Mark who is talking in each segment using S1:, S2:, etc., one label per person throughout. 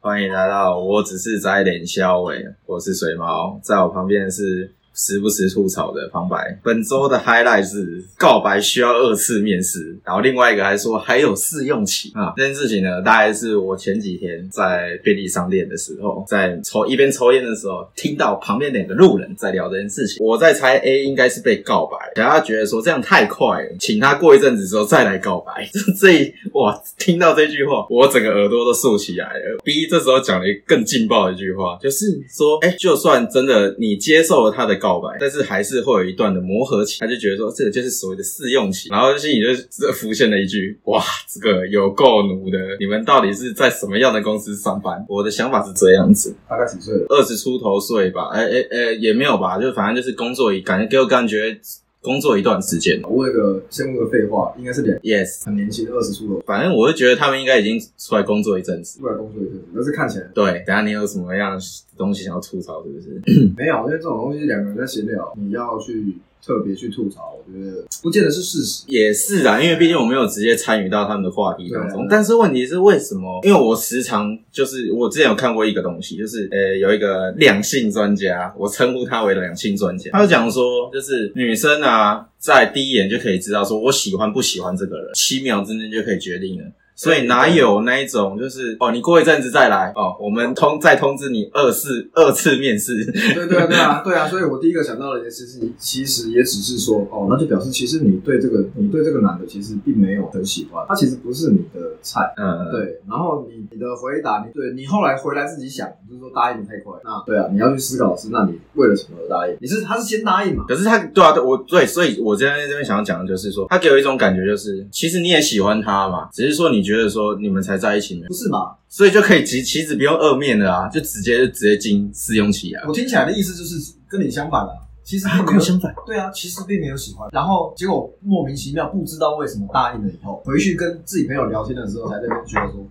S1: 欢迎来到我只是宅脸肖伟，我是水猫，在我旁边是时不时吐槽的旁白。本周的 highlight 是告白需要二次面试，然后另外一个还说还有试用期啊。这件事情呢，大概是我前几天在便利商店的时候，在抽一边抽烟的时候，听到旁边两个路人在聊这件事情。我在猜 A 应该是被告白，然后他觉得说这样太快了，请他过一阵子之后再来告白。 这一哇，听到这句话，我整个耳朵都竖起来了。B 这时候讲了一个更劲爆的一句话，就是说，哎、就算真的你接受了他的告白，但是还是会有一段的磨合期。他就觉得说，这个就是所谓的试用期。然后心里就浮现了一句，哇，这个有够奴的，你们到底是在什么样的公司上班？我的想法是这样子，
S2: 大概几岁了？
S1: 二十出头岁吧，哎哎哎，也没有吧，就反正就是工作一，感觉给我感觉工作一段时间了。
S2: 我问一个，先问个废话，应该是两
S1: Yes，
S2: 很年轻的二十出头
S1: 反正我就觉得他们应该已经出来工作一阵子。
S2: 出来工作一阵子，但是看起来
S1: 对，等下你有什么样的东西想要吐槽，是不是？
S2: 没有，因为这种东西两个人在闲聊，你要去特别去吐槽，我觉得不见得是事实。
S1: 也是啊，因为毕竟我没有直接参与到他们的话题当
S2: 对
S1: 中
S2: 啊。
S1: 但是问题是为什么？因为我时常就是我之前有看过一个东西，就是呃有一个两性专家，我称呼他为两性专家，他就讲说，就是女生啊，在第一眼就可以知道说我喜欢不喜欢这个人，七秒之内就可以决定了。所以哪有那一种就是哦，你过一阵子再来哦，我们通再通知你二次二次面试，
S2: 对对啊，对啊，对啊，所以我第一个想到的一件事情，其实也只是说，哦，那就表示其实你对这个你对这个男的其实并没有很喜欢，他其实不是你的菜。
S1: 嗯，
S2: 对，然后你你的回答，你对你后来回来自己想，就是说答应得太快，那对啊，你要去思考是，那你为了什么而答应？你是他是先答应嘛？
S1: 可是他对啊，对我对，所以我今天在这边想要讲的就是说，他给我一种感觉，就是其实你也喜欢他嘛，只是说你觉得说你们才在一起呢
S2: 不，是嘛？
S1: 所以就可以其其实不用二面了啊，就直接就直接进试用期啊。
S2: 我听起来的意思就是跟你相反了、其实并没
S1: 跟我
S2: 有
S1: 相反，
S2: 对啊，其实并没有喜欢，然后结果莫名其妙不知道为什么答应了以后，回去跟自己朋友聊天的时候，才在那边觉得说，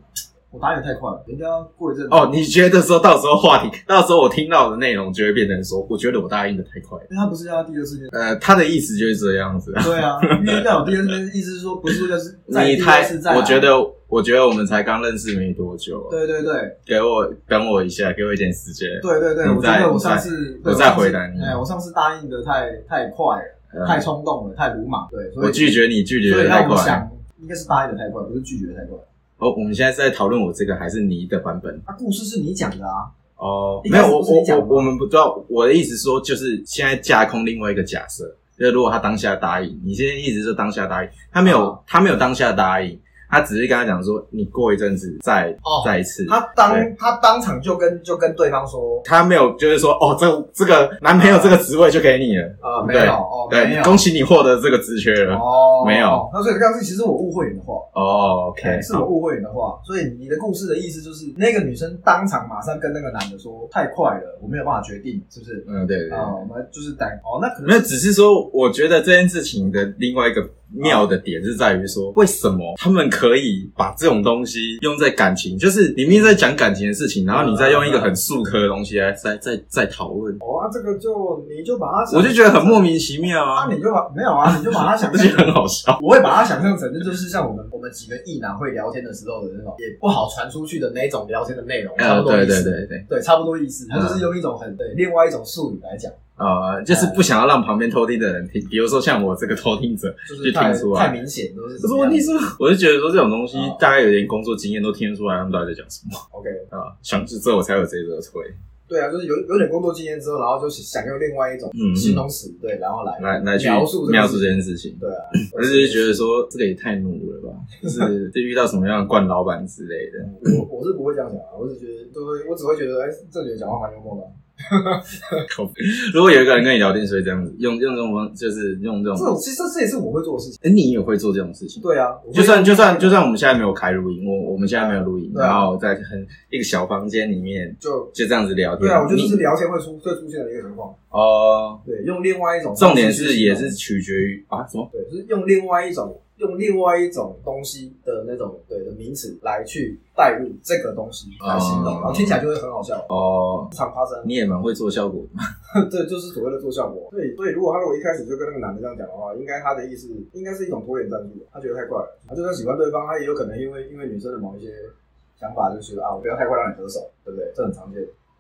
S2: 我答应得太快了，人家要过一阵子
S1: 哦，你觉得说到时候话题，到时候我听到的内容就会变成说，我觉得我答应的太快了。
S2: 因为他不是要他第二次面，
S1: 呃，他的意思就是这样子啊。
S2: 对啊，因为要有第二次面，意思是说不是说就是再
S1: 你
S2: 第二
S1: 太
S2: 次再，来
S1: 我觉，得，我觉得我们才刚认识没多久，
S2: 对对对
S1: 给我等我一下，给我一点时间。
S2: 对对对，
S1: 你
S2: 我觉
S1: 再
S2: 得我上次
S1: 我
S2: 对
S1: 再
S2: 上次
S1: 回答你
S2: 哎，我上次答应的太太快了，
S1: 嗯
S2: 太冲动了，太鲁莽，对，所以
S1: 我拒绝你，拒绝
S2: 所以
S1: 的太
S2: 让我
S1: 快。
S2: 想，应该是答应的太快，不是拒绝的太快。
S1: 哦，我们现在是在讨论我这个还是你的版本？
S2: 啊，故事是你讲的啊，
S1: 哦，
S2: 一
S1: 没
S2: 开
S1: 有，
S2: 始
S1: 我
S2: 不是你讲
S1: 我
S2: 吗
S1: 我我们不知道。我的意思说，就是现在架空另外一个假设，就是如果他当下答应，你现在一直是当下答应，他没有、
S2: 哦
S1: 他没有当下答应，他只是跟他讲说，你过一阵子再、
S2: 哦
S1: 再一次。
S2: 他
S1: 对
S2: 当他当场就跟就跟对方说，
S1: 他没有，就是说，哦，这这个男朋友这个职位就给你了，
S2: 呃，没
S1: 对
S2: 有，哦，没
S1: 对，
S2: 有，
S1: 恭喜你获得这个职缺了。
S2: 哦，
S1: 没有
S2: 哦那所以刚才其实我误会你的话。
S1: 哦，OK，
S2: 是我误会你的话，所以你的故事的意思就是，那个女生当场马上跟那个男的说，太快了，我没有办法决定，是不是？
S1: 嗯，对对对。
S2: 啊，我们就是等哦，那可
S1: 没有，
S2: 能
S1: 只是说，我觉得这件事情的另外一个妙的点是在于说，
S2: 啊
S1: 为什么他们可以把这种东西用在感情？就是你明明在讲感情的事情，然后你再用一个很术科的东西来再再再讨论，
S2: 哦，啊，这个就你就把它，
S1: 我就觉得很莫，名其妙啊
S2: 啊，，你就把没有啊，你就把它想
S1: 而且 很好笑。
S2: 我会把它想象成，就是像我们我们几个异男会聊天的时候的那种，也不好传出去的那种聊天的内容，差
S1: 呃，
S2: 不多
S1: 对
S2: 意
S1: 对
S2: 思。
S1: 对对，
S2: 对，差不多意思。他
S1: 嗯
S2: 就是用一种很对另外一种术语来讲，
S1: 呃，就是不想要让旁边偷听的人听，比如说像我这个偷听者，
S2: 就
S1: 就是听
S2: 太
S1: 出来
S2: 太明显都是
S1: 可
S2: 怎
S1: 是
S2: 么样。
S1: 问题是，我就觉得说这种东西
S2: 哦，
S1: 大家有点工作经验都听得出来他们到底在讲什么
S2: OK，
S1: 啊，想这这我才有这个推，
S2: 对啊，就是有有点工作经验之后，然后就想用另外一种
S1: 嗯嗯
S2: 形容词对，然后来
S1: 来来去
S2: 描述这个
S1: 描述这件事情。
S2: 对啊，
S1: 我只是觉得说这个也太努 了吧，就是就遇到什么样的惯老板之类的。
S2: 我我是不会这样想啊，我是觉得就会我只会觉得哎，这女的讲话蛮幽默的啊。
S1: 如果有一个人跟你聊天是会这样子，用用这种方，就是用这
S2: 这
S1: 种，
S2: 种其实这也是我会做的事情。
S1: 哎、你也会做这种事情。
S2: 对啊，我会
S1: 就算就算就算我们现在没有开录音，我我们现在没有录音，
S2: 对啊
S1: 然后在很一个小房间里面
S2: 就
S1: 就这样子聊天。
S2: 对啊，我觉得这
S1: 你
S2: 是聊天会出会出现的一个情况。
S1: 哦、
S2: 对，用另外一种
S1: 重点
S2: 方式
S1: 是
S2: 去
S1: 也
S2: 形
S1: 是
S2: 容
S1: 取决于啊什么
S2: 对，就是用另外一种用另外一种东西的那种对的名词来去带入这个东西来形容，
S1: 哦
S2: 然后听起来就会很好笑。
S1: 哦、
S2: 常发生，
S1: 你也蛮会做效果的。
S2: 对，就是所谓的做效果。对，所以如果他如果一开始就跟那个男的这样讲的话，应该他的意思应该是一种拖延战术。他觉得太快了，他就算喜欢对方，他也有可能因为因为女生的某一些想法，就觉得啊，我不要太快让你得手，对不对？这很常见。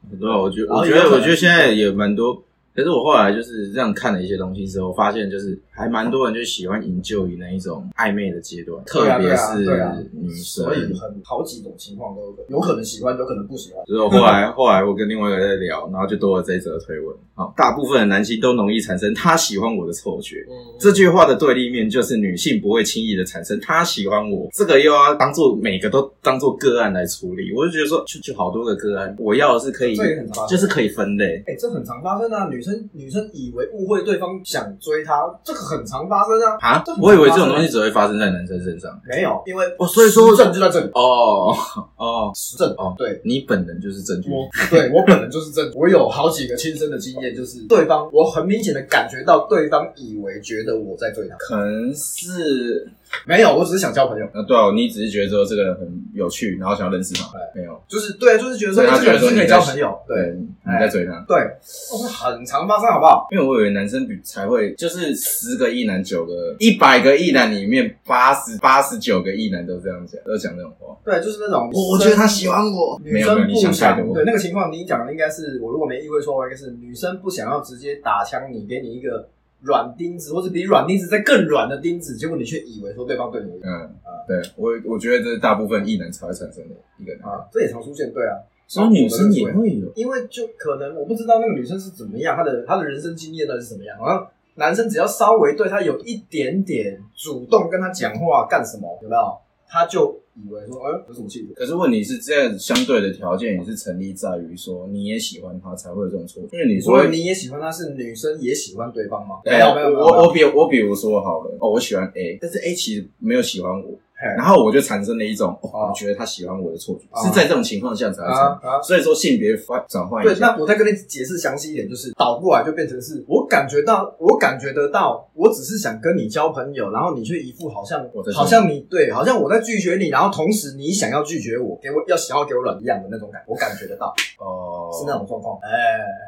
S1: 很多人啊我觉得
S2: 然后
S1: 我
S2: 也
S1: 觉
S2: 有可
S1: 得
S2: 能
S1: 我觉得现在也蛮多，可是我后来就是这样看了一些东西之后，发现就是还蛮多人就喜欢营救于那一种暧昧的阶段，特
S2: 对啊
S1: 别
S2: 对啊对啊
S1: 是女生
S2: 所。以很好几种情况都有可能，有可能喜欢，有可能不喜欢。
S1: 就是我后来，后来我跟另外一个在聊，然后就多了这一则推文。好，大部分的男性都容易产生他喜欢我的错觉，
S2: 嗯
S1: 这句话的对立面就是女性不会轻易的产生她喜欢我，这个又要当做每个都当做个案来处理。我就觉得说，就就好多个个案，我要的是可以
S2: 这也很常发生
S1: 就是可以分类。
S2: 哎、这很常发生啊！女生女生以为误会对方想追她，这个很常发生啊。
S1: 啊
S2: 这，很
S1: 我以为这
S2: 常发
S1: 种
S2: 生
S1: 东西只会发生在男生身上。
S2: 没有，因为
S1: 哦所以说
S2: 实证就在这里，
S1: 哦哦，
S2: 实证
S1: 哦
S2: 对。
S1: 你本人就是证据。
S2: 我对我本人就是证，我有好几个亲身的经验，就是对方，我很明显的感觉到对方以为觉得我在追他，
S1: 可能是
S2: 没有，我只是想交朋友，
S1: 啊，对哦，你只是觉得说这个人很有趣，然后想要认识他，没有，
S2: 就是对，就是觉得说
S1: 对他
S2: 哎这个人
S1: 觉得说
S2: 是可以
S1: 你在
S2: 交朋友，对
S1: 对，哎你在追他，
S2: 对，这是很常发生，好不好？
S1: 因为我以为男生比才会，就是十个异男九个，一百个异男里面八十八十九个异男都这样讲，都讲这种话。
S2: 对，就是那种
S1: 他喜欢我，没
S2: 女
S1: 有没有，
S2: 生
S1: 你
S2: 不
S1: 想太
S2: 想
S1: 多。
S2: 对那个情况，你讲的应该是我如果没意会错的话，应该哎是女生不想要直接打枪你，给你一个软钉子，或者比软钉子再更软的钉子，结果你却以为说对方对你有意
S1: 嗯，对我我觉得这是大部分异男才会产生的一个
S2: 啊，这也常出现，对啊。
S1: 所以女生也会有，
S2: 因为就可能我不知道那个女生是怎么样，她的她的人生经验到底是怎么样，好像男生只要稍微对她有一点点主动跟她讲话干什么，有没有？她就以为说，哎、有什么企图？
S1: 可是问题是，这样相对的条件也是成立在于说你也喜欢他才会有这种错觉，因为你说
S2: 所以你也喜欢她，是女生也喜欢对方吗？
S1: 哎
S2: 没有没有没有，
S1: 我我比我比如说好了，哦，我喜欢 A，但是 A 其实没有喜欢我，
S2: 嘿
S1: 然后我就产生了一种，
S2: 哦
S1: 哦，我觉得他喜欢我的错觉，
S2: 啊
S1: 是在这种情况下才会产生。
S2: 啊啊，
S1: 所以说性别发转换一
S2: 对，
S1: 下，
S2: 那我再跟你解释详细一点，就是倒过来就变成是我感觉到，我感觉得到，我只是想跟你交朋友，然后你却一副好像
S1: 我在
S2: 好像你对，好像我在拒绝你，然后同时你想要拒绝我，给我要想要给我软一样的那种感，我感觉得到
S1: 哦，
S2: 是那种状况。哎、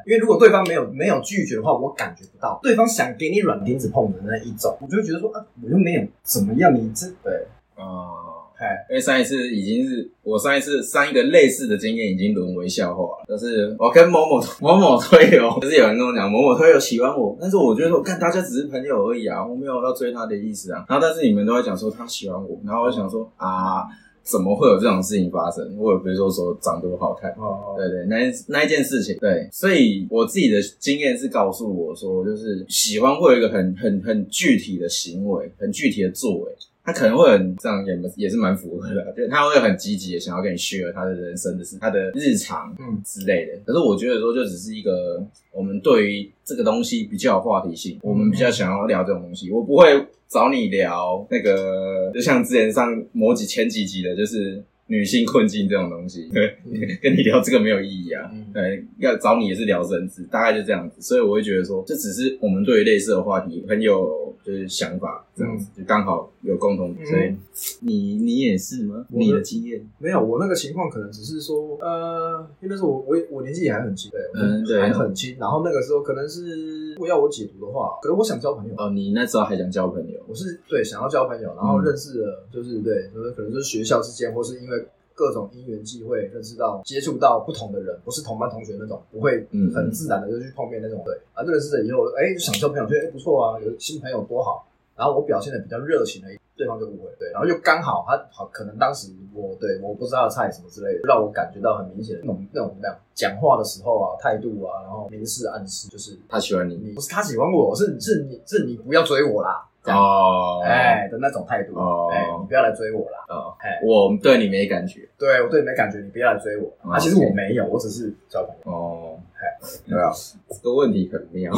S2: 因为如果对方没有没有拒绝的话，我感觉不到对方想给你软钉子碰的那一种，我就会觉得说啊，我又没有怎么样，你这对，
S1: 哦。
S2: 哎，
S1: 因为上一次已经是我上一次上一个类似的经验已经沦为笑话了，就是我跟某某某某推友，就是有人跟我讲某某推友喜欢我，但是我觉得说，看大家只是朋友而已啊，我没有要追他的意思啊。然后但是你们都在讲说他喜欢我，然后我就想说啊，怎么会有这种事情发生？我也不是说说长多好看，
S2: 哦，
S1: 对对，那一那一件事情，对，所以我自己的经验是告诉我说，就是喜欢会有一个很很很具体的行为，很具体的作为，他可能会很这样也也是蛮符合的，就是他会很积极的想要跟你 share 他的人生的事，他的日常
S2: 嗯
S1: 之类的。可是我觉得说，就只是一个我们对于这个东西比较有话题性，我们比
S2: 嗯
S1: 较想要聊这种东西，我不会找你聊那个，就像之前上某几前几集的，就是。女性困境这种东西，对，跟你聊这个没有意义啊。
S2: 嗯
S1: 对，要找你也是聊政治，大概就这样子，所以我会觉得说，这只是我们对于类似的话题很有就是想法，这样子、就刚好有共同
S2: 嗯
S1: 点，所以你你也是吗？
S2: 我的
S1: 你的经验，
S2: 没有，我那个情况可能只是说，呃，因为那时候我我我年纪也还很轻，对，
S1: 嗯
S2: 我
S1: 对
S2: 还很轻。然后那个时候可能是，如果要我解读的话，可能我想交朋友，
S1: 哦，你那时候还想交朋友，
S2: 我是对想要交朋友，然
S1: 嗯
S2: 后认识了，就是对，就是可能就是学校之间，或是因为各种因缘际会，认识到接触到不同的人，不是同班同学那种，不会
S1: 嗯
S2: 很自然的就去碰面那种，对，啊，认识了以后，哎，就想交朋友，觉得哎不错啊，有新朋友多好。然后我表现的比较热情的一，对方就误会，对，然后又刚好他好可能当时我对我不知道菜什么之类的，让我感觉到很明显的那种那种那样讲话的时候啊，态度啊，然后明示暗示，就是
S1: 他喜欢你
S2: 你不是他喜欢我，是是你是你不要追我啦，这样。
S1: 哦，
S2: 哎的那种态度，
S1: 哦
S2: 哎，你不要来追我啦，
S1: 哦
S2: 哎，
S1: 我对你没感觉
S2: 对我对你没感觉，你不要来追我。
S1: 哦
S2: 啊，其实我
S1: OK
S2: 没有，我只是交朋友，
S1: 哦，
S2: 对啊，
S1: 这个问题很妙，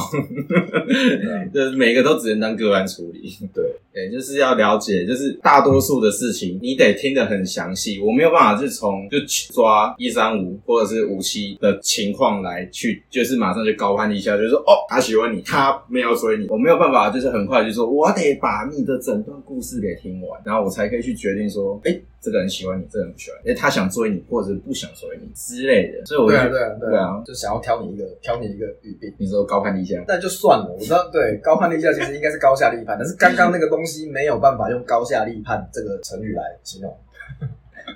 S2: 啊
S1: 就是每个都只能当个案处理。
S2: 对，啊
S1: 对，就是要了解，就是大多数的事情你得听得很详细，我没有办法去从就抓一三五或者是五七的情况来去，就是马上就高攀一下，就是说哦，他喜欢你，他没有追你，我没有办法，就是很快就说我得把你的整段故事给听完，然后我才可以去决定说，哎、这个人喜欢你，这个人不喜欢你，哎、他想追你或者是不想追你之类的，所以我就
S2: 对啊，对啊，
S1: 对啊
S2: 就想要挑你一个，挑你一个语病。
S1: 你说高攀一下。
S2: 那就算了，我知道，对高攀立下其实应该是高下立 判，但是刚刚那个东西没有办法用高下立判这个成语来形容。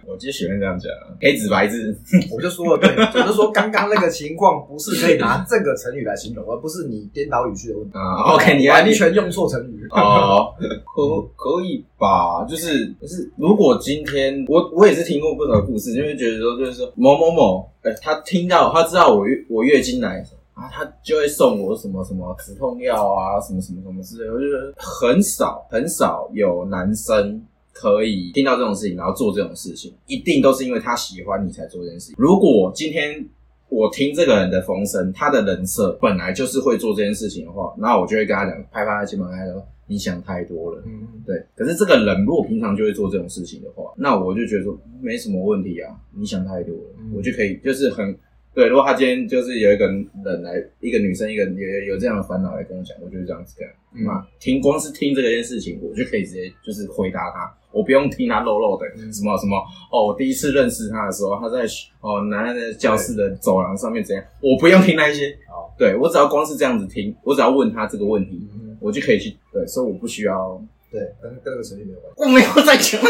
S1: 我就喜欢这样讲啊，黑纸白字，
S2: 我就说了，对，我就说刚刚那个情况不是可以拿这个成语来形容，而不是你颠倒语序的问题。
S1: 啊，OK，你
S2: 完
S1: 你
S2: 全用错成语。
S1: 哦，可可以吧？就是就是，如果今天我我也是听过不少故事，就会觉得说，就是说某某某，呃，他听到他知道我月我月经来啊，他就会送我什么什么止痛药啊，什么什么什么之类的。我觉得很少很少有男生。可以听到这种事情，然后做这种事情，一定都是因为他喜欢你才做这件事情。如果今天我听这个人的风声，他的人设本来就是会做这件事情的话，那我就会跟他讲，拍拍他肩膀，跟他讲，你想太多了。
S2: 嗯，
S1: 对，可是这个人如果平常就会做这种事情的话，那我就觉得说没什么问题啊，你想太多了，
S2: 嗯
S1: 我就可以就是很对。如果他今天就是有一个人来，一个女生，一个有有有这样的烦恼来跟我讲，我就这样子跟他
S2: 嗯
S1: 嘛，听光是听这个件事情，我就可以直接就是回答他，我不用听他漏漏的
S2: 嗯
S1: 什么什么哦。我第一次认识他的时候，他在哦男人的教室的走廊上面怎样，我不用听那一些
S2: 好，
S1: 对我只要光是这样子听，我只要问他这个问题，
S2: 嗯
S1: 我就可以去对，所以我不需要，
S2: 对，跟跟这个成语没有关系。
S1: 我没有在讲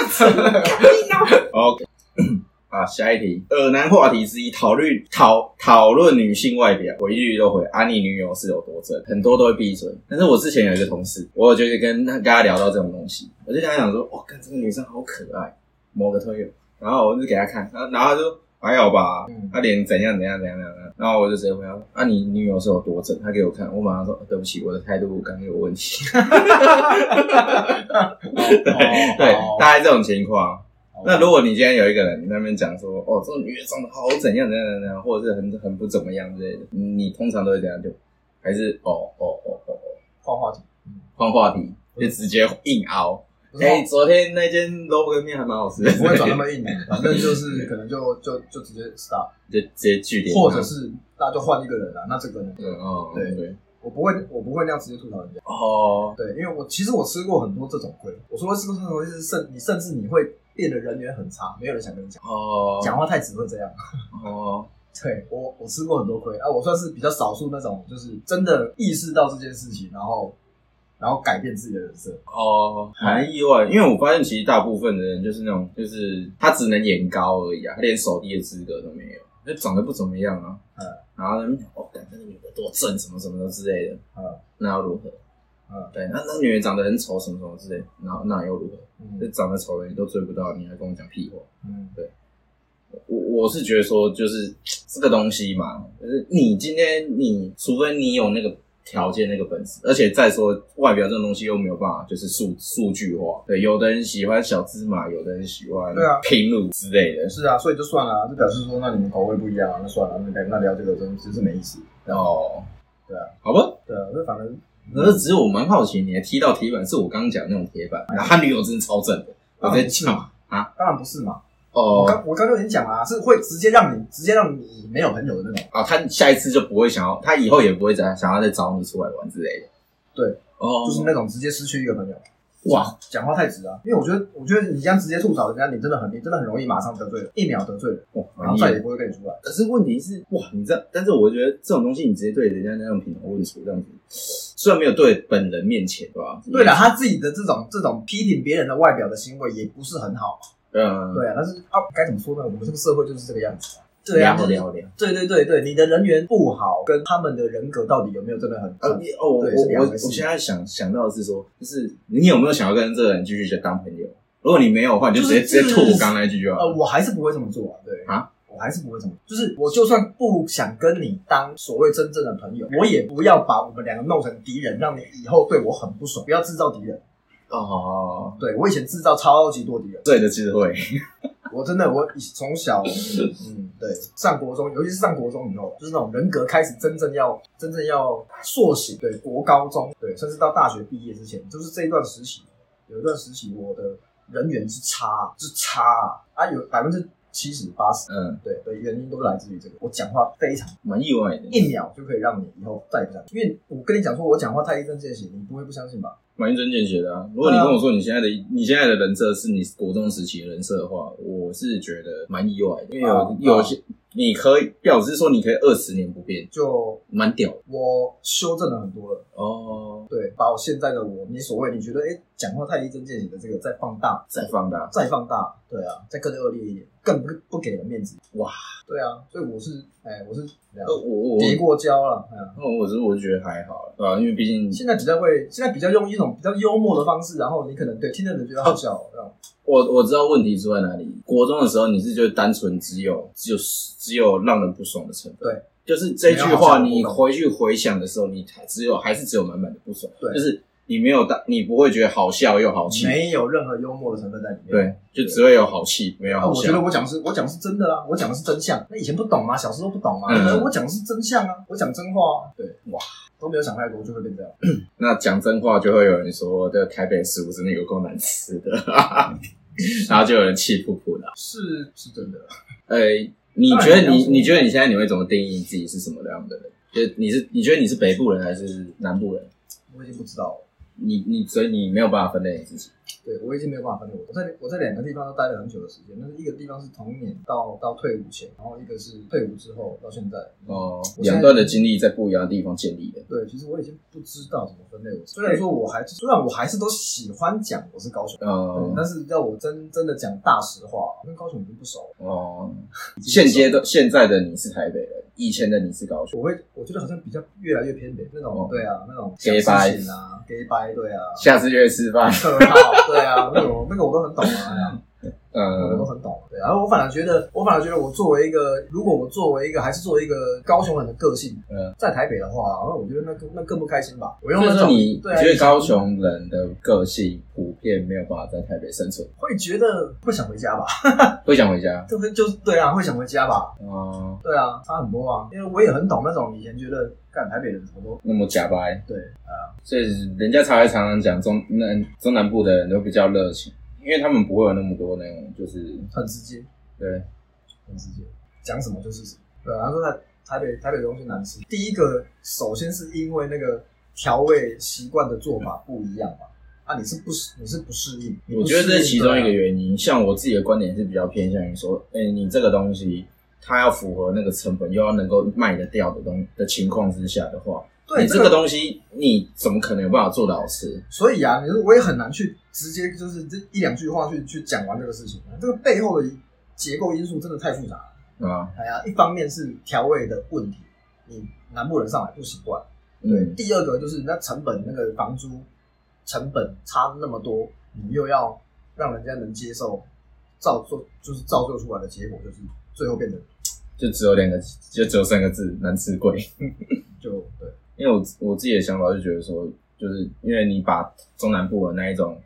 S1: OK，啊，下一题，耳男话题之一，讨论讨讨论女性外表，我一律都回啊，你女友是有多正，很多都会闭嘴。但是我之前有一个同事，我就是跟他跟他聊到这种东西，我就跟他讲说，哦，看这个女生好可爱，某个推友，然后我就给他看，然后然后他就哎还好吧，
S2: 嗯
S1: 他脸啊怎样怎样怎样怎样，怎样然后我就直接回答说，啊，你女友是有多正？他给我看，我马上说，呃对不起，我的态度刚刚有问题。 对对，
S2: 哦
S1: 大概这种情况。哦那如
S2: 果
S1: 果你今天有一个人你在那边讲说，哦，这个女的长得好怎样怎样怎样，或者是很很不怎么样之类的，你通常都会怎样就还是哦哦哦哦哦，
S2: 换话题，
S1: 换话题就直接硬凹。
S2: 不是
S1: 哎、昨天那间萝卜跟面还蛮好吃的，
S2: 不会转那么硬，
S1: 哎
S2: 反正就是可能就就就直接 stop，
S1: 就直接据点他，
S2: 或者是那就换一个人啊了。那这个呢，
S1: 嗯哦
S2: 对
S1: 对
S2: 我不会，我不会那样直接吐槽人家。
S1: 哦
S2: 对，因为我其实我吃过很多这种亏。我说吃过这种亏是甚，你甚至你会变得人缘很差，没有人想跟你讲，
S1: 哦
S2: 讲话太直会这样。
S1: 哦
S2: 对我，我吃过很多亏啊，我算是比较少数那种，就是真的意识到这件事情，然后然后改变自己的人生。
S1: 哦，蛮意外，因为我发现其实大部分的人就是那种，就是他只能眼高而已啊，他连手低的资格都没有，就长得不怎么样啊。
S2: 嗯，
S1: 然后他们讲哦，干那个女的多正，什么什么的之类的。
S2: 嗯，
S1: 那又如何？
S2: 嗯
S1: 对，那那个女人长得很丑，什么什么之类的，然后那又如何？就
S2: 嗯
S1: 长得丑的你都追不到，你还跟我讲屁话？
S2: 嗯
S1: 我我是觉得说，就是这个东西嘛，就是你今天你除非你有那个条件、那个本事，而且再说外表这种东西又没有办法就是数数据化。对，有的人喜欢小芝麻，有的人喜欢
S2: 对啊
S1: 平乳之类的。
S2: 是啊，所以就算了啊、就表示说，那你们口味不一样啊，那算了，那聊那聊这个真真是没意思。
S1: 哦，
S2: 对啊，
S1: 好吧。
S2: 对啊，那反正
S1: 可是只是我蛮好奇，你的踢到铁板是我刚刚讲的那种铁板，然后他女友真的超正的，我在讲
S2: 当然不是嘛。啊我
S1: 哦
S2: 刚我刚就已经讲了、啊，是会直接让你直接让你没有朋友的那种。
S1: 啊，他下一次就不会想要，他以后也不会再想要再找你出来玩之类的。
S2: 对，
S1: 哦，
S2: 就是那种直接失去一个朋友。
S1: 哇，
S2: 讲话太直啊！因为我觉得，我觉得你这样直接吐槽人家，你真的很，你真的很容易马上得罪人，一秒得罪人，
S1: 哇，
S2: 然后再也不会跟你出来。
S1: 可是问题是，哇，你知道，但是我觉得这种东西，你直接对人家那种品头论足这样子，虽然没有对本人面前，对吧？
S2: 对了，，他自己的这种这种批评别人的外表的行为也不是很好。
S1: 嗯，
S2: 对啊，但是啊，该怎么说呢？我们这个社会就是这个样子啊。对啊
S1: 聊，聊聊。
S2: 对对对对，你的人缘不好，跟他们的人格到底有没有真的很
S1: 呃，你哦，我
S2: 啊对
S1: 我
S2: 是
S1: 我
S2: 两回
S1: 我
S2: 事
S1: 现在想想到的是说，就是你有没有想要跟这个人继续就当朋友？如果你没有的话，你就直接、
S2: 就是
S1: 直接吐我刚才那句就好
S2: 呃，
S1: 了。
S2: 我还是不会这么做啊，对
S1: 啊，
S2: 我还是不会这么，就是我就算不想跟你当所谓真正的朋友，我也不要把我们两个弄成敌人，让你以后对我很不爽，不要制造敌人。
S1: 哦，
S2: 对我以前制造超级多敌人，
S1: 对的智慧，
S2: 我真的我以从小，嗯，对，上国中，尤其是上国中以后，就是那种人格开始真正要真正要塑形，对，国高中，对，甚至到大学毕业之前，就是这一段时期，有一段时期我的人缘是差，是差啊，啊有百分之七十八十。
S1: 嗯，
S2: 对的原因都来自于这个，我讲话非常
S1: 蛮意外的，
S2: 一秒就可以让你以后再也不想，因为我跟你讲说我讲话太一针见血，你不会不相信吧？
S1: 蛮一针见血的啊。如果你
S2: 对啊
S1: 跟我说你现在的你现在的人设是你国中时期的人设的话，我是觉得蛮意外的，因为有、
S2: 啊
S1: 有些你可以表示说你可以二十年不变，
S2: 就
S1: 蛮屌的
S2: 我修正了很多了，
S1: 哦。
S2: 对，把我现在的我，你所谓你觉得哎讲话太一针见血的这个再放大，
S1: 再放大，
S2: 再放大，对啊，再更恶劣一点，更不不给人面子，
S1: 哇，
S2: 对啊，所以我是哎我是这样
S1: 呃，我我
S2: 跌过跤了，哎呀、
S1: 我我是我觉得还好，对吧、啊因为毕竟
S2: 现在比较会，现在比较用一种比较幽默的方式，然后你可能对听的人觉得好笑，哦然后
S1: 我我知道问题出在哪里。国中的时候，你是就单纯只有只有只有让人不爽的成分，
S2: 对，
S1: 就是这句
S2: 没有好
S1: 话，
S2: 笑的
S1: 你
S2: 部分
S1: 回去回想的时候，你还只有还是只有满满的不爽，
S2: 对
S1: 就是你没有大，你不会觉得好笑又好气，
S2: 没有任何幽默的成分在里面。
S1: 对，就只会有好气，没有
S2: 啊，
S1: 好
S2: 我觉得
S1: 笑。
S2: 我讲的是我讲的是真的啊，我讲的是真相。那以前不懂嘛，小时候不懂嘛，
S1: 嗯
S2: 可能我讲的是真相啊，我讲真话啊，对，
S1: 哇，
S2: 都没有想太多就会变这样。
S1: 那讲真话，就会有人说，这个台北食物真的有够难吃的， 然后就有人气噗噗的。
S2: 是是真的，
S1: 呃，你觉得
S2: 当然要
S1: 你
S2: 说
S1: 你觉得你现在你会怎么定义自己是什么样的人？就是你是你觉得你是北部人还是南部人？
S2: 我已经不知道了，
S1: 你你所以你没有办法分类你自己。
S2: 对我已经没有办法分辨我。我在我在两个地方都待了很久的时间，那是一个地方是童年到到退伍前，然后一个是退伍之后到现在。
S1: 哦，
S2: 我现在
S1: 两段的经历在不一样的地方建立的。
S2: 对，其实我已经不知道怎么分类我。虽然说我还虽然我还是都喜欢讲我是高雄人，对
S1: 哦
S2: 但是要我真真的讲大实话，我跟高雄已经不熟了。
S1: 哦，现阶段现在的你是台北人，以前的你是高雄。
S2: 我会我觉得好像比较越来越偏北那种，
S1: 哦
S2: 对啊，那种
S1: gay
S2: 小事情啊，gay 掰，对啊，
S1: 下次约吃饭。
S2: 客号，对啊，那种那个我都很懂啊，哎呀我
S1: 嗯，
S2: 都很懂。对啊，然后我反而觉得，我反而觉得我作为一个，如果我作为一个还是作为一个高雄人的个性，
S1: 嗯
S2: 在台北的话，那我觉得那更那更不开心吧。我用
S1: 所以
S2: 那
S1: 说
S2: 种
S1: 你
S2: 对
S1: 你
S2: 啊，
S1: 觉得高雄人的个性普遍没有办法在台北生存，
S2: 会觉得会想回家吧。
S1: 会想回家。
S2: 这不就是对啊，会想回家吧？
S1: 哦，
S2: 对啊，差很多啊。因为我也很懂那种以前觉得干台北人怎么都
S1: 那么假掰。
S2: 对，
S1: 所以人家才会常常讲中南中南部的人都比较热情，因为他们不会有那么多那种就是
S2: 很直接，
S1: 对
S2: 很直接，讲什么就是什么。对啊，他说台台北台北的东西难吃，第一个首先是因为那个调味习惯的做法不一样嘛。啊，你是不适你是不适应，你
S1: 我
S2: 不适
S1: 觉
S2: 应
S1: 得这是其中一个
S2: 对啊
S1: 原因。像我自己的观点是比较偏向于说，哎、你这个东西它要符合那个成本，又要能够卖得掉的东的情况之下的话，
S2: 对
S1: 你这
S2: 这
S1: 个
S2: 个，
S1: 东西你怎么可能有办法做得好吃？
S2: 所以啊，你说我也很难去直接就是这一两句话去去讲完这个事情，啊这个背后的结构因素真的太复杂了。
S1: 啊，
S2: 哎呀，一方面是调味的问题，你南部人上来不习惯；
S1: 嗯，
S2: 第二个就是那成本，那个房租成本差那么多，你又要让人家能接受，造作就是造就出来的结果就是最后变成
S1: 就只有两个，就只有三个字，难吃贵。
S2: 就对
S1: 因为我我自己的想法就觉得说，就是因为你把中南部的那一种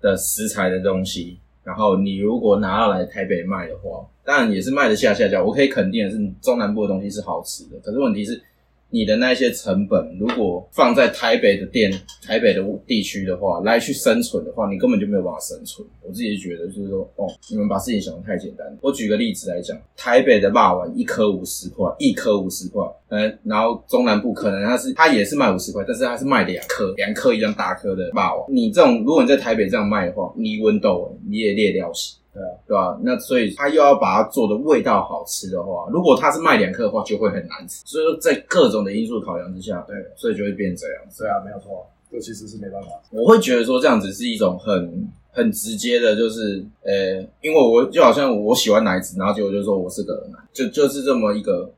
S1: 的食材的东西，然后你如果拿到来台北卖的话，当然也是卖得下下架。我可以肯定的是，中南部的东西是好吃的，可是问题是你的那些成本，如果放在台北的店、台北的地区的话，来去生存的话，你根本就没有办法生存。我自己觉得就是说，哦，你们把事情想得太简单了。我举个例子来讲，台北的霸丸一颗五十块，一颗五十块，嗯，然后中南部可能它是它也是卖五十块，但是它是卖两颗，两颗一样大颗的霸丸。你这种如果你在台北这样卖的话，你温豆你也裂掉洗。
S2: 对啊，
S1: 对吧、那所以他又要把它做的味道好吃的话，如果他是卖两颗的话，就会很难吃。所以说，在各种的因素考量之下，
S2: 对
S1: 所以就会变这样子。
S2: 对啊，没有错，这其实是没办法。
S1: 我会觉得说这样子是一种很很直接的，就是呃、因为我就好像我喜欢奶子，然后结果就说我是个奶，就就是这么一个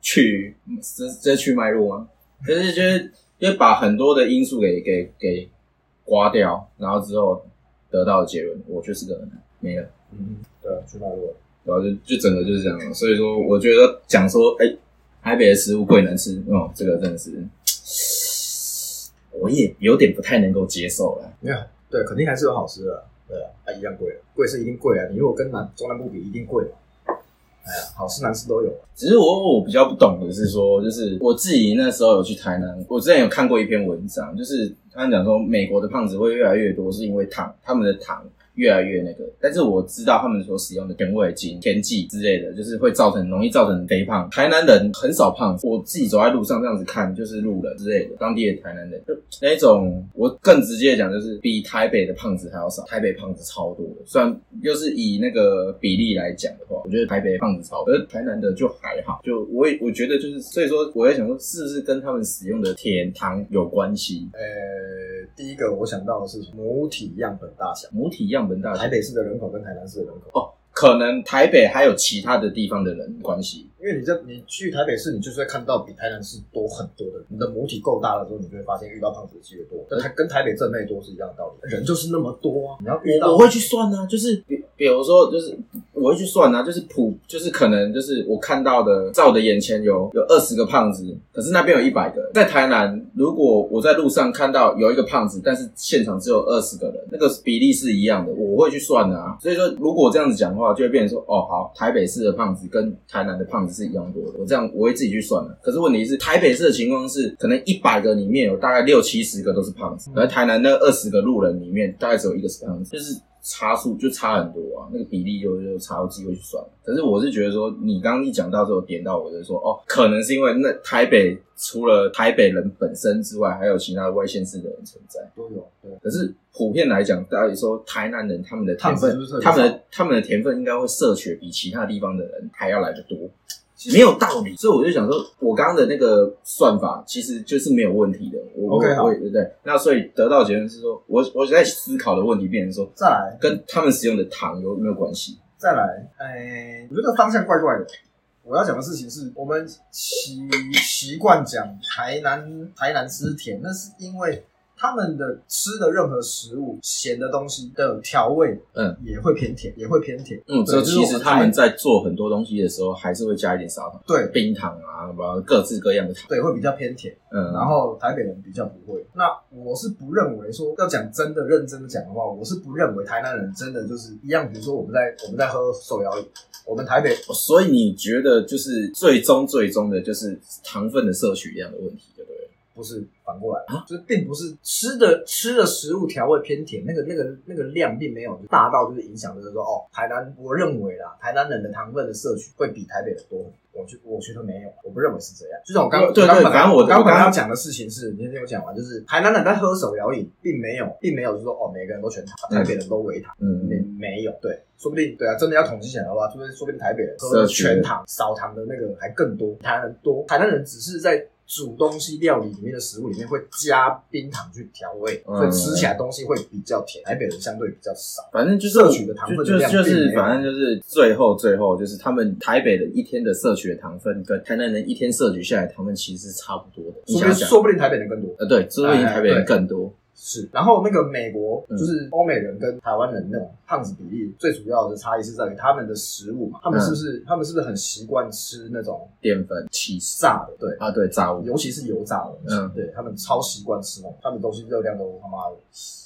S1: 去这这去脉络吗？就是就是就是把很多的因素给给给刮掉，然后之后得到的结论，我就是个奶，没了。
S2: 嗯，对啊，去脉络。
S1: 然后就就整个就是这样了。所以说，我觉得讲说，哎、台北的食物贵难吃，哦，这个真的是，我也有点不太能够接受了。
S2: 没有，嗯对，啊肯定还是有好吃的啦，对啊，啊一样贵了，贵是一定贵啊，你如果跟南中南部比，一定贵嘛。哎呀，好吃难吃都有。
S1: 只是我我比较不懂的是说，就是我自己那时候有去台南，我之前有看过一篇文章，就是他讲说美国的胖子会越来越多，是因为糖，他们的糖越来越那个。但是我知道他们所使用的甜味精、甜剂之类的，就是会造成容易造成肥胖。台南人很少胖，我自己走在路上这样子看，就是路人之类的，当地的台南人就那种，我更直接的讲，就是比台北的胖子还要少。台北胖子超多的，虽然就是以那个比例来讲的话，我觉得台北胖子超多，而台南的就还好。就我也我觉得就是，所以说我在想说，是不是跟他们使用的甜糖有关系？
S2: 呃，第一个我想到的是母体样本大小，
S1: 母体样本大小
S2: 台，北市的人口跟台南市的人口。
S1: 可能台北还有其他的地方的人关系。
S2: 因为你在你去台北市，你就是会看到比台南市多很多的人。你的母体够大的时候，你就会发现遇到胖子的机会多。但它跟台北正妹多是一样的道理，人就是那么多啊，你要遇
S1: 我
S2: 到
S1: 我会去算啊，就是比比如说，就是我会去算啊，就是普，就是可能就是我看到的，在我的眼前有有二十个胖子，可是那边有一百个。在台南，如果我在路上看到有一个胖子，但是现场只有二十个人，那个比例是一样的，我会去算啊。所以说，如果我这样子讲的话，就会变成说，哦，好，台北市的胖子跟台南的胖子是一样多的，我这样我会自己去算啊的。可是问题是，台北市的情况是，可能一百个里面有大概六七十个都是胖子，而台南那二十个路人里面，大概只有一个是胖子，就是。差数就差很多啊，那个比例就就差到机会去算了。可是我是觉得说，你刚刚一讲到之后点到我，就是说哦，可能是因为那台北除了台北人本身之外，还有其他的外县市的人存在。
S2: 都有。对，
S1: 可是普遍来讲，大家也说台南人他们的甜
S2: 胖子是
S1: 分
S2: 不是特，别
S1: 他们
S2: 少
S1: 的他们的甜分应该会摄取比其他地方的人还要来得多，没有道理。所以我就想说，我刚刚的那个算法其实就是没有问题的。我
S2: OK，好
S1: 我我也对不对？那所以得到的结论是说，我我在思考的问题变成说，
S2: 再来
S1: 跟他们使用的糖有没有关系？
S2: 再来，哎，我觉得方向怪怪的。我要讲的事情是我们习习惯讲台南台南吃甜，那是因为他们的吃的任何食物咸的东西的调味，
S1: 嗯，
S2: 也会偏甜，也会偏甜。
S1: 嗯，
S2: 对
S1: 所以
S2: 就是
S1: 其
S2: 我
S1: 实
S2: 们
S1: 他
S2: 台
S1: 们在做很多东西的时候，还是会加一点砂糖、
S2: 对
S1: 冰糖啊，然后各式各样的糖。
S2: 对，会比较偏甜。
S1: 嗯，
S2: 然后台北人比较不会。那我是不认为说要讲真的认真的讲的话，我是不认为台南人真的就是一样。比如说我们在我们在喝手摇饮，我们台北
S1: 所以你觉得就是最终最终的就是糖分的摄取量的问题，对不对？
S2: 不是反过来，
S1: 啊
S2: 就是并不是吃的吃的食物调味偏甜，那个那个那个量并没有大到就是影响，就是说哦，台南我认为啦，台南人的糖分的摄取会比台北的多。我觉我觉得没有，我不认为是这样。就像我刚
S1: 对对
S2: 刚本来
S1: 反正我
S2: 我刚
S1: 我刚
S2: 本来要讲的事情是，你先听我讲完，就是台南人在喝手摇饮，并没有并没有就是说哦，每个人都全糖，
S1: 嗯
S2: 台北人都微糖。没
S1: 嗯，
S2: 没有，对，说不定对啊，真的要统计起来的话，说不定说不定台北人喝
S1: 摄取
S2: 全糖少糖的那个还更多，台南人多，台南人只是在煮东西料理里面的食物里面会加冰糖去调味，
S1: 嗯
S2: 所以吃起来东西会比较甜，台北人相对比较少。
S1: 反正就是
S2: 摄取的糖分
S1: 就
S2: 的
S1: 就
S2: 量
S1: 就
S2: 并
S1: 是
S2: 没有
S1: 反正就是最后最后就是他们台北人一天的摄取的糖分跟台南人一天摄取下来的糖分其实是差不多的。你
S2: 说不
S1: 想
S2: 定
S1: 想，
S2: 说不定台北人更多
S1: 呃，对，说不定台北
S2: 哎
S1: 人
S2: 对
S1: 更多。
S2: 是，然后那个美国
S1: 嗯
S2: 就是欧美人跟台湾人那种胖子比例最主要的差异是在于他们的食物嘛，他们是不是、他们是不是很习惯吃那种
S1: 淀粉、起司
S2: 炸的？对，
S1: 啊，对，炸物、
S2: 尤其是油炸的东西，
S1: 嗯
S2: 对他们超习惯吃那种，他们东西热量都他妈的，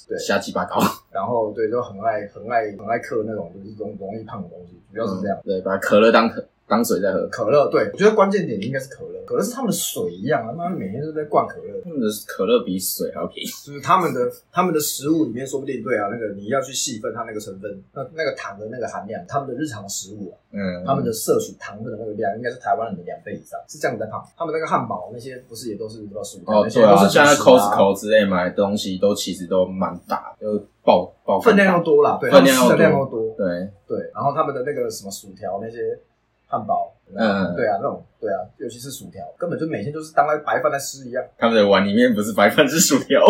S2: 对，
S1: 瞎鸡巴搞，
S2: 然后对就很爱很爱很爱嗑那种就是容容易胖的东西，主要是这样。
S1: 对，把可乐当可当水在喝。
S2: 可乐，对我觉得关键点应该是可乐，可乐是他们的水一样啊，他们每天都在灌可乐，
S1: 他们的可乐比水还要便宜。
S2: 就是他们的他们的食物里面说不定对啊，那个你要去细分它那个成分，那那个糖的那个含量，他们的日常食物啊，
S1: 嗯，
S2: 他们的摄取糖分的那个量应该是台湾人的两倍以上，是这样子在胖。他们那个汉堡那些不是也都是多少薯条，
S1: 哦，
S2: 那些
S1: 对
S2: 都
S1: 啊，
S2: 是
S1: 像在
S2: 主食啊
S1: Costco 之类买的东西都其实都蛮大，就爆爆
S2: 分量嗯
S1: 大
S2: 要多啦，对，
S1: 哦分量要
S2: 他们吃的量
S1: 多
S2: 要多，
S1: 对，
S2: 对，然后他们的那个什么薯条那些汉堡，
S1: 嗯
S2: 对啊，那种对啊，尤其是薯条，根本就每天就是当在白饭在吃一 样，
S1: 他们的碗里面不是白饭是薯 条，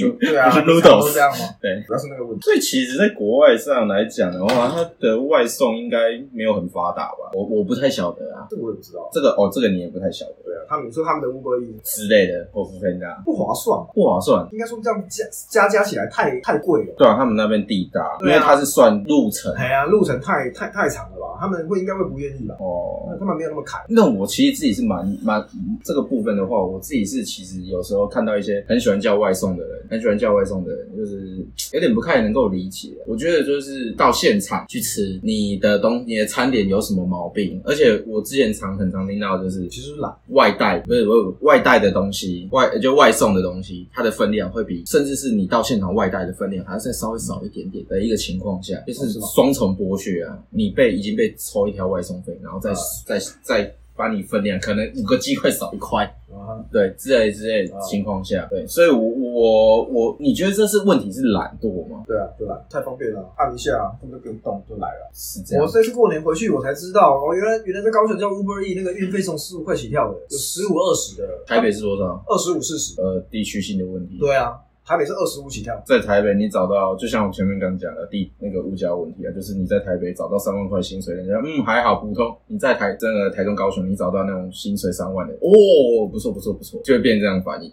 S2: 就对啊，
S1: 不是
S2: 不常都
S1: noodles
S2: 这样吗？
S1: 对。
S2: 主要是那个问题，
S1: 所以其实，在国外上来讲的话，它的外送应该没有很发达吧？我我不太晓得啊，
S2: 这个我也不知道。
S1: 这个哦，这个你也不太晓得
S2: 对啊，他们你说他们的 Uber Eats
S1: 之类的，或福芬达
S2: 不划算吧？
S1: 不划算。
S2: 应该说这样加加加起来太太贵了，
S1: 对啊，他们那边地大，因
S2: 对啊
S1: 为它是算路程，
S2: 哎呀，路程太太太长了吧？吧，他们会应该会不愿意吧，
S1: 哦
S2: 那，他们没有那么砍。
S1: 那我其实自己是蛮蛮这个部分的话，我自己是其实有时候看到一些很喜欢叫外送的人，很喜欢叫外送的人，就是有点不太能够理解。我觉得就是到现场去吃你的东你的餐点有什么毛病，而且我之前常很常听到的就是
S2: 其实是懒，
S1: 外带不是不是外带的东西，外就外送的东西，它的分量会比甚至是你到现场外带的分量还要再稍微少一点点的一个情况下，就是
S2: 是吗
S1: 双重剥削啊！你被已经被抽一条外送费，然后再、
S2: 啊
S1: 再再把你分量可能五个鸡块少一块，
S2: 啊，
S1: 对之类之类的情况下，对，所以我我我你觉得这是问题是懒惰吗？
S2: 对啊，对吧？太方便了，按一下，根本就不用动就来了。
S1: 是这样
S2: 我，这次过年回去，我才知道，哦，原来原来在高雄叫 Uber E 那个运费从十五块起跳的，有十五、二十的，
S1: 台北是多少？
S2: 二十五、四十。
S1: 呃，地区性的问题。
S2: 对啊，台北是二十五起跳，
S1: 在台北，你找到就像我前面刚讲的第那个物价问题啊，就是你在台北找到三万块薪水，人家嗯还好普通。你在台真的台中、高雄，你找到那种薪水三万的，哦，不错不错不错，就会变这样反应。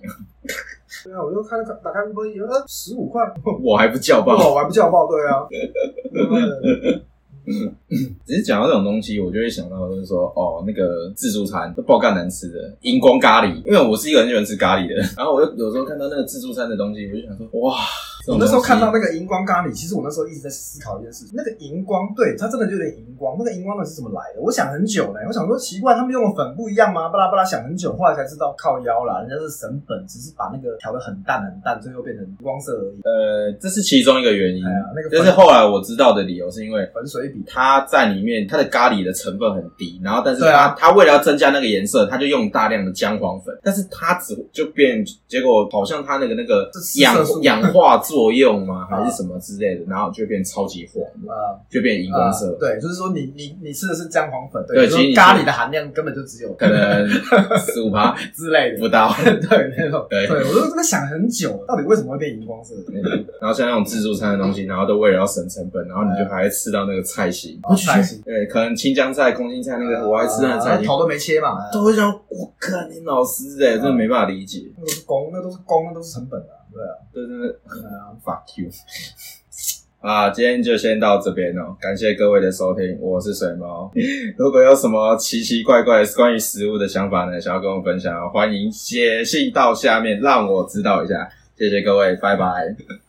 S2: 对啊，我就看打开 Uber E，呃，十五块，
S1: 我还不叫
S2: 不
S1: 爆。
S2: 好玩不叫爆，对 啊。嗯
S1: 只是讲到这种东西，我就会想到就是说，哦，那个自助餐就爆干难吃的荧光咖喱，因为我是一个很喜欢吃咖喱的人， 然后我就有时候看到那个自助餐的东西，我就想说，哇，这
S2: 我
S1: 种
S2: 那时候看到
S1: 东
S2: 那个荧光咖喱，其实我那时候一直在思考一件事情，那个荧光，对，它真的就有点荧光，那个荧光到底是怎么来的？我想很久呢，我想说奇怪，他们用的粉不一样吗？巴拉巴拉想很久，后来才知道靠腰啦，人家是神粉，只是把那个调的很淡很淡，最后变成荧光色而已
S1: 西。呃，这是其中一个原因
S2: 哎。呀，那个
S1: 但是
S2: 粉
S1: 后来我知道的理由是因为
S2: 粉水笔，
S1: 它在里面它的咖喱的成分很低，然后但是它、
S2: 对啊
S1: 它为了要增加那个颜色，它就用大量的姜黄粉，但是它只就变，结果好像它那个那个
S2: 这是
S1: 氧
S2: 色素
S1: 氧化作用吗，还是什么之类的，然后就变超级黄，
S2: 呃，
S1: 就变荧光色。
S2: 呃对，就是说你你你吃的是姜黄粉，
S1: 对
S2: 就是
S1: 其实你
S2: 说
S1: 是
S2: 咖喱的含量根本就只有
S1: 可 能十五趴
S2: 之类
S1: 不
S2: 的，
S1: 到，
S2: 对那种，
S1: 对
S2: 对我就真的想很久，到底为什么会变荧光色？
S1: 然后像那种自助餐的东西，然后都为了要省成本，然后你就还吃到那个菜心，
S2: 哦菜心
S1: 对，可能青江菜、空心菜那个，我还吃那个菜
S2: 啊
S1: 心，
S2: 头都没切嘛，
S1: 都会让我靠你老师的，真的没办法理解，
S2: 那都是工，那都是工，那都是成本啊，对啊，
S1: 对对对。
S2: 对啊，
S1: Fuck you！啊，今天就先到这边哦，感谢各位的收听，我是水猫。 如果有什么奇奇怪怪关于食物的想法呢，想要跟我分享哦，欢迎写信到下面让我知道一下。谢谢各位，拜拜。